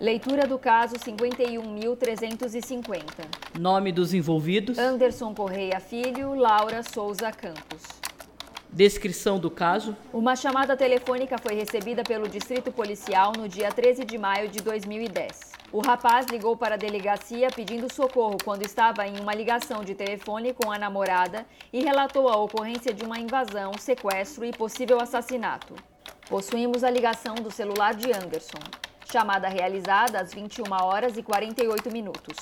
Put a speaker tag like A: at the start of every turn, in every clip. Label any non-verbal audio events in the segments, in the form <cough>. A: Leitura do caso 51.350.
B: Nome dos envolvidos.
A: Anderson Correia Filho, Laura Souza Campos.
B: Descrição do caso.
A: Uma chamada telefônica foi recebida pelo Distrito Policial no dia 13 de maio de 2010. O rapaz ligou para a delegacia pedindo socorro quando estava em uma ligação de telefone com a namorada e relatou a ocorrência de uma invasão, sequestro e possível assassinato. Possuímos a ligação do celular de Anderson. Chamada realizada às 21 horas e 48 minutos.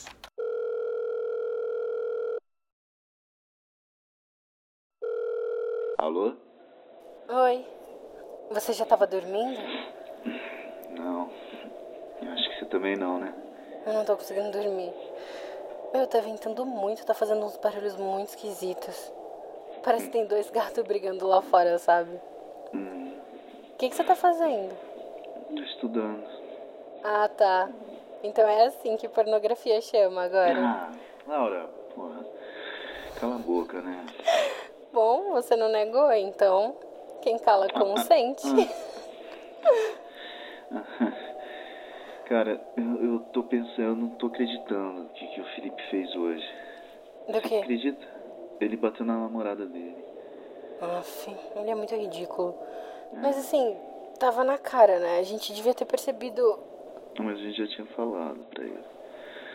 C: Alô?
D: Oi. Você já estava dormindo?
C: Não. Eu acho que você também não, né?
D: Eu não tô conseguindo dormir. Meu, tá ventando muito, tá fazendo uns barulhos muito esquisitos. Parece que tem dois gatos brigando lá fora, sabe?
C: Hum,
D: O que, que você tá fazendo?
C: tô estudando.
D: Ah, tá. Então é assim que pornografia chama agora.
C: Ah, Laura, porra. Cala a boca, né?
D: Bom, você não negou, então. Quem cala consente.
C: Cara, eu, eu tô pensando, não tô acreditando no que, que o Felipe fez hoje.
D: Do
C: Você
D: que?
C: acredita? Ele bateu na namorada dele.
D: Aff, ele é muito ridículo. Mas assim, tava na cara, né? A gente devia ter percebido.
C: Mas a gente já tinha falado pra ele.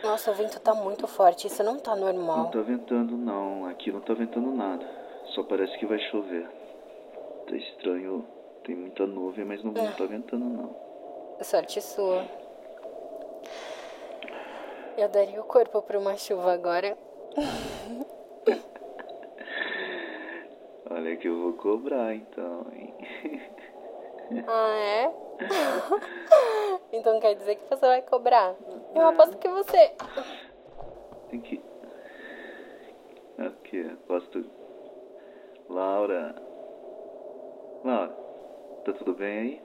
D: Nossa, o vento tá muito forte, isso não tá normal.
C: Não tá ventando, não. Aqui não tá ventando nada. Só parece que vai chover. Tá estranho. Tem muita nuvem, mas não, não tá ventando, não.
D: É Sorte sua. Eu daria o corpo pra uma chuva agora.
C: Olha que eu vou cobrar então, hein?
D: Ah, é? <laughs> então quer dizer que você vai cobrar. Eu aposto que você.
C: Tem que. É o que? Posso. Laura. Laura, tá tudo bem aí?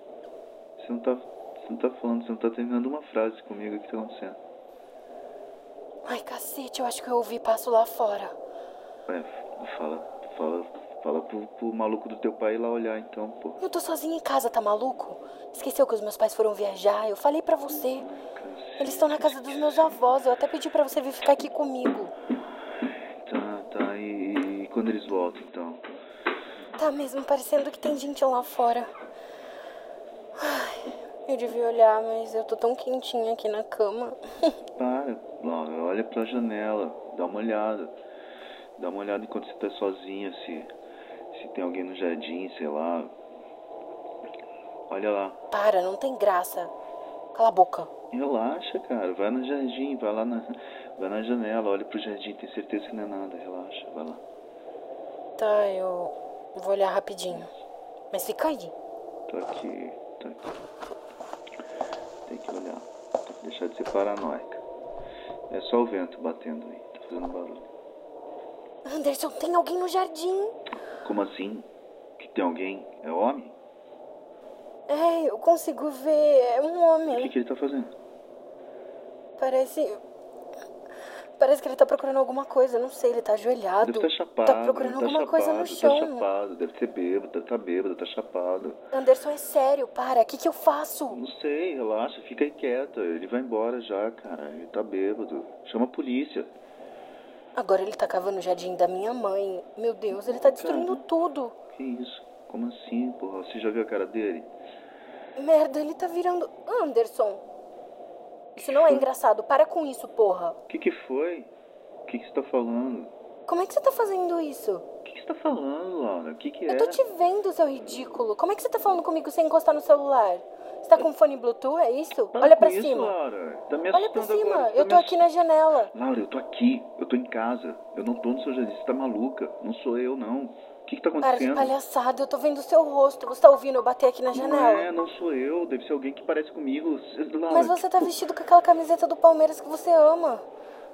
C: Você não tá. Você não tá falando, você não tá terminando uma frase comigo, o que tá acontecendo?
D: Ai, cacete, eu acho que eu ouvi passo lá fora.
C: Ué, fala. Fala. Fala pro, pro maluco do teu pai ir lá olhar então, pô.
D: Eu tô sozinha em casa, tá maluco? Esqueceu que os meus pais foram viajar? Eu falei pra você. Eles estão na casa dos meus avós. Eu até pedi pra você vir ficar aqui comigo.
C: Tá, tá, e, e- e quando eles voltam então?
D: Tá mesmo parecendo que tem gente lá fora. Ai, eu devia olhar, mas eu tô tão quentinha aqui na cama. <laughs>
C: Para, Laura, olha pra janela, dá uma olhada. Dá uma olhada enquanto você tá sozinha, se, se tem alguém no jardim, sei lá. Olha lá.
D: Para, não tem graça. Cala a boca.
C: Relaxa, cara. Vai no jardim, vai lá na, vai na janela, olha pro jardim, tem certeza que não é nada. Relaxa, vai lá.
D: Tá, eu vou olhar rapidinho. Mas fica aí.
C: Tô aqui, tô aqui. Tem que olhar. Tem que deixar de ser paranoica. É só o vento batendo aí, tá fazendo barulho.
D: Anderson, tem alguém no jardim?
C: Como assim? Que tem alguém? É homem?
D: É, eu consigo ver. É um
C: O que,
D: homem.
C: que ele tá fazendo?
D: Parece. Parece que ele tá procurando alguma coisa. Não sei, ele tá ajoelhado.
C: Deve estar chapado.
D: tá procurando
C: deve
D: alguma
C: tá
D: coisa no
C: chapado,
D: chão.
C: Tá chapado, deve ser bêbado, tá bêbado, tá chapado.
D: Anderson, é sério, para. O que, que eu faço?
C: Não sei, relaxa, fica aí quieta. Ele vai embora já, cara. Ele tá bêbado. Chama a polícia.
D: Agora ele tá cavando o jardim da minha mãe. Meu Deus, ele tá destruindo
C: Cara.
D: tudo.
C: Que isso? Como assim, porra? Você já viu a cara dele?
D: Merda, ele tá virando. Anderson! Isso não é engraçado. Para com isso, porra.
C: O que que foi? O que que você tá falando?
D: Como é que você tá fazendo isso?
C: O que que você tá falando, Laura? O que que é?
D: Eu tô te vendo, seu ridículo. Como é que você tá falando comigo sem encostar no celular? Você tá com fone Bluetooth, é isso?
C: Para
D: Olha
C: com
D: pra
C: isso,
D: cima.
C: Laura. Tá me
D: Olha pra
C: assustando
D: cima.
C: agora,
D: Eu
C: tá
D: tô
C: me
D: aqui na janela.
C: Laura, eu tô aqui, eu tô em casa. Eu não tô no seu jardim, você tá maluca. Não sou eu, não. O que que tá
D: Para de
C: acontecendo?
D: palhaçada. Eu tô vendo o seu rosto. Você tá ouvindo eu bater aqui na
C: Não é,
D: janela?
C: não sou eu. Deve ser alguém que parece comigo. tipo, Cê- Laura,
D: Mas você tá
C: que-
D: vestido com aquela camiseta do Palmeiras que você ama.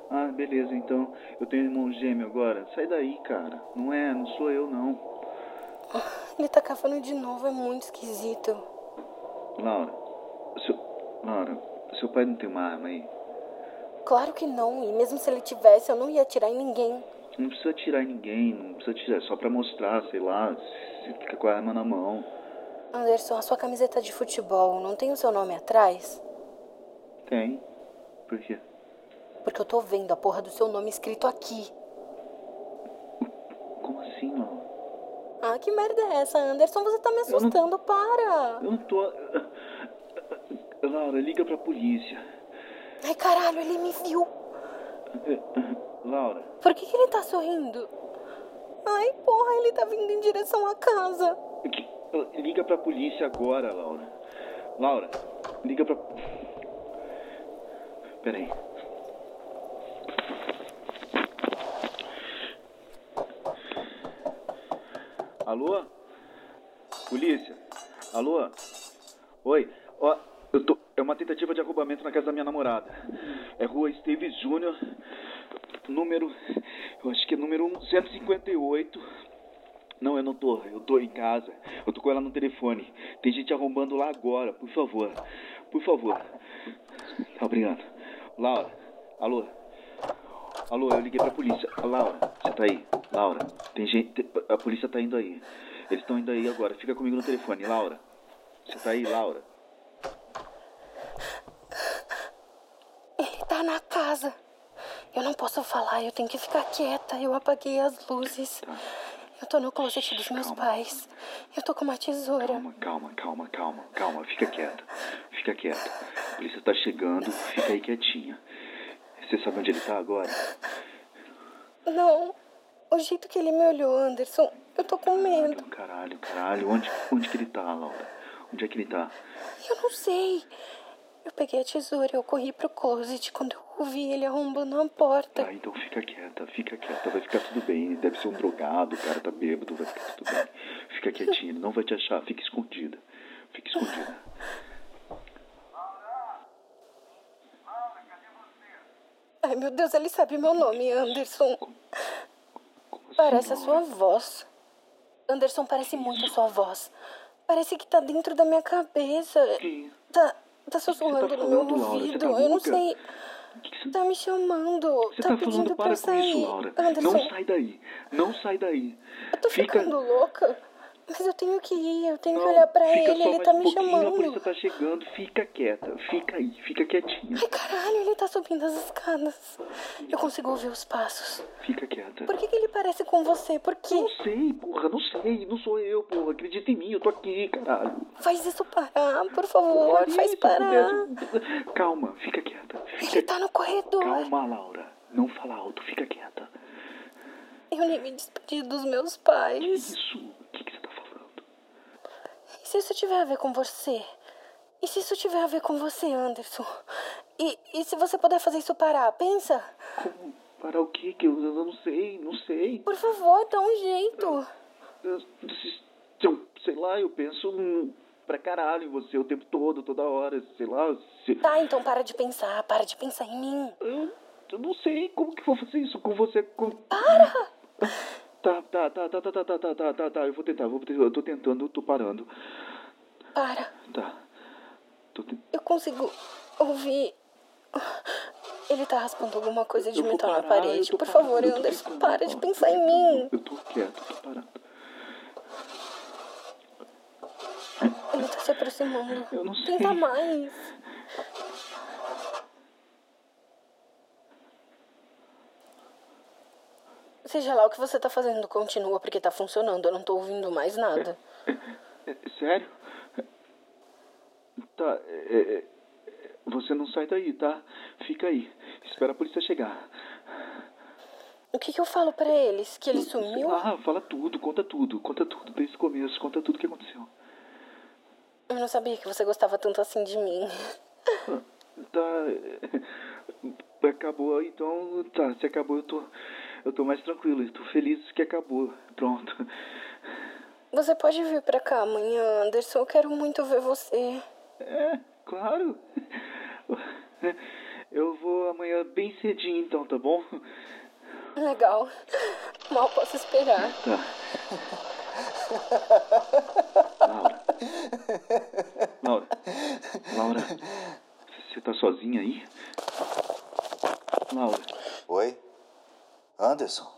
C: Ah, beleza, então. Eu tenho irmão gêmeo agora. Sai daí, cara. Não é, não sou eu, não.
D: Ele tá cavando de novo. É muito esquisito.
C: Laura, seu... Laura, seu pai não tem uma arma aí?
D: Claro que não. E mesmo se ele tivesse, eu não ia atirar em ninguém.
C: Não precisa atirar em ninguém, não precisa atirar. é Só pra mostrar, sei lá. Você fica com a arma na mão.
D: Anderson, a sua camiseta de futebol não tem o seu nome atrás?
C: Tem. Por quê?
D: Porque eu tô vendo a porra do seu nome escrito aqui.
C: Como assim, Laura?
D: Ah, que merda é essa, Anderson? Você tá me
C: não-
D: assustando, para!
C: Eu não tô. <laughs> Laura, liga pra polícia. <laughs>
D: Ai, caralho, ele me viu!
C: Laura,
D: Por que, que ele tá sorrindo? Ai, porra, ele tá vindo em direção à casa.
C: que- liga pra polícia agora, Laura. Laura, liga pra. Peraí. Alô? Polícia? Alô? Oi, ó, eu tô. É uma tentativa de arrombamento na casa da minha namorada. É rua Esteves Júnior, número. Eu acho que é número 158. Não, eu não tô. Eu tô em casa. Eu tô com ela no telefone. Tem gente arrombando lá agora, por favor. Por favor. Tá, obrigado. Laura, alô? Alô, eu liguei pra polícia. Laura, você tá aí? Laura, tem gente. A polícia tá indo aí. Eles estão indo aí agora. Fica comigo no telefone, Laura. Você tá aí, Laura?
D: Ele tá na casa. Eu não posso falar, eu tenho que ficar quieta. Eu apaguei as luzes. Eu tô no closet dos meus pais. Eu tô com uma tesoura.
C: Calma, calma, calma, calma, calma. Fica quieta. Fica quieta. A polícia tá chegando. Fica aí quietinha. Você sabe onde ele tá agora?
D: Não, o jeito que ele me olhou, Anderson, eu tô com medo.
C: Caralho, caralho, caralho. Onde, onde que ele tá, Laura? Onde é que ele tá?
D: Eu não sei. Eu peguei a tesoura e eu corri pro closet quando eu ouvi ele arrombando a porta.
C: Tá, então fica quieta, fica quieta, vai ficar tudo bem. Deve ser um drogado, o cara tá bêbado, vai ficar tudo bem. Fica quietinha, ele não vai te achar, fica escondida. Fica escondida.
D: Ai, meu Deus, ele sabe meu nome, Anderson.
C: Como assim,
D: Parece a
C: Laura?
D: sua voz. Anderson, parece muito a sua voz. Parece que tá dentro da minha cabeça.
C: Que?
D: Tá, tá sussurrando
C: Você tá
D: no meu
C: falando, Laura? Você
D: ouvido.
C: tá
D: eu não
C: louca?
D: sei.
C: O que que você
D: Tá me chamando.
C: você tá,
D: pedindo
C: falando?
D: pra eu
C: Para com
D: sair.
C: isso, Laura.
D: Anderson,
C: Não sai daí, não sai daí.
D: eu tô
C: fica...
D: ficando louca. Mas eu tenho que ir, eu tenho
C: Não,
D: que olhar pra
C: fica
D: ele,
C: só
D: ele
C: mais
D: tá
C: um
D: me
C: pouquinho, A polícia
D: chamando.
C: tá chegando, fica quieta, fica aí, fica quietinha,
D: Ai, caralho, ele tá subindo as escadas. Eu consigo ouvir os passos.
C: fica quieta.
D: Por que, que ele parece com você? Por
C: Não
D: que
C: sei, porra, não sei, não sou eu, porra. Acredita em mim, eu tô aqui, caralho.
D: faz isso parar? Por favor,
C: Olha
D: faz
C: isso,
D: parar.
C: acontece. Calma, fica quieta.
D: Ele
C: Fica...
D: tá no corredor.
C: Calma, Laura. Não fala alto, fica quieta.
D: Eu nem me despedi dos meus
C: Que
D: pais.
C: Isso, o que, que você tá falando?
D: E se isso tiver a ver com você? E se isso tiver a ver com você, Anderson? E, e se você puder fazer isso parar? Pensa.
C: Como? Para o quê? Que eu, eu não sei, não sei.
D: Por favor, dá um jeito.
C: Eu, eu- sei lá, eu penso hum, pra caralho em você o tempo todo, toda hora, sei lá. se-
D: Tá, então para de pensar. Para de pensar em mim.
C: eu, eu não sei como que eu vou fazer isso com você. Com... Para! <laughs> Tá, tá, tá, tá, tá, tá, tá, tá, tá, tá, tá, eu vou tentar, eu vou tentar, eu tô tentando, eu tô parando.
D: Para.
C: Tá. Tô te-
D: Eu consigo ouvir. Ele tá raspando alguma coisa de
C: Eu vou
D: metal na
C: parar, eu
D: parede.
C: tô
D: Por
C: parando,
D: favor,
C: eu tô
D: Anderson,
C: tentando,
D: para de
C: Laura.
D: pensar em mim.
C: Eu tô quieto, tô parado.
D: Ele tá se aproximando.
C: Eu não sei.
D: Tenta mais. Seja lá o que você tá fazendo, continua porque tá funcionando. Eu não tô ouvindo mais nada.
C: É, sério? Tá, é, é, você não sai daí, tá? Fica aí. Espera a polícia chegar.
D: O que, que eu falo pra eles? Que ele sumiu?
C: Ah, fala tudo, conta tudo, conta tudo, desde o começo, conta tudo o que aconteceu.
D: Eu não sabia que você gostava tanto assim de mim.
C: Tá. é, <laughs> Acabou, então. Tá, se acabou, eu tô. Eu tô mais tranquilo, eu tô feliz que acabou. Pronto. <laughs>
D: Você pode vir pra cá amanhã, Anderson. Eu quero muito ver você.
C: É, claro. <laughs> Eu vou amanhã bem cedinho, então, tá bom? <laughs>
D: Legal. Mal posso esperar.
C: Tá. Laura. Laura. Laura. Você tá sozinha aí? Laura.
E: Oi? Anderson?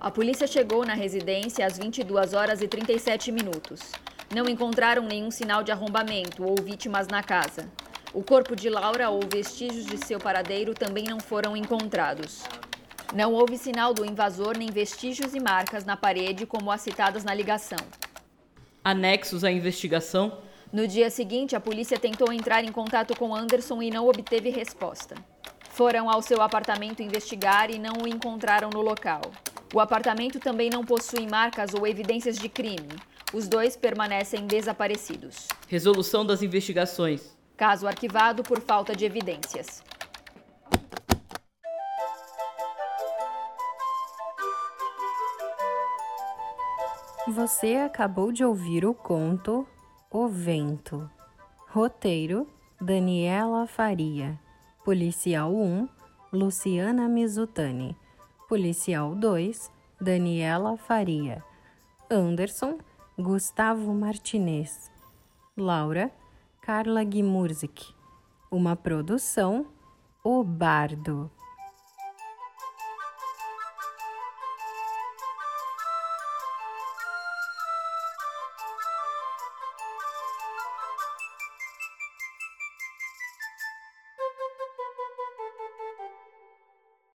A: A polícia chegou na residência às 22 horas e 37 minutos. Não encontraram nenhum sinal de arrombamento ou vítimas na casa. O corpo de Laura ou vestígios de seu paradeiro também não foram encontrados. Não houve sinal do invasor nem vestígios e marcas na parede como as citadas na ligação.
B: Anexos à investigação,
A: No dia seguinte, a polícia tentou entrar em contato com Anderson e não obteve resposta. Foram ao seu apartamento investigar e não o encontraram no local. O apartamento também não possui marcas ou evidências de crime. Os dois permanecem desaparecidos.
B: resolução das investigações.
A: Caso arquivado por falta de evidências.
F: Você acabou de ouvir o conto O Vento. Roteiro: Daniela Faria. Policial 1: Luciana Mizutani. Policial 2: Daniela Faria. Anderson: Gustavo Martinez. Laura: Carla Gimurzik. Uma produção: O Bardo.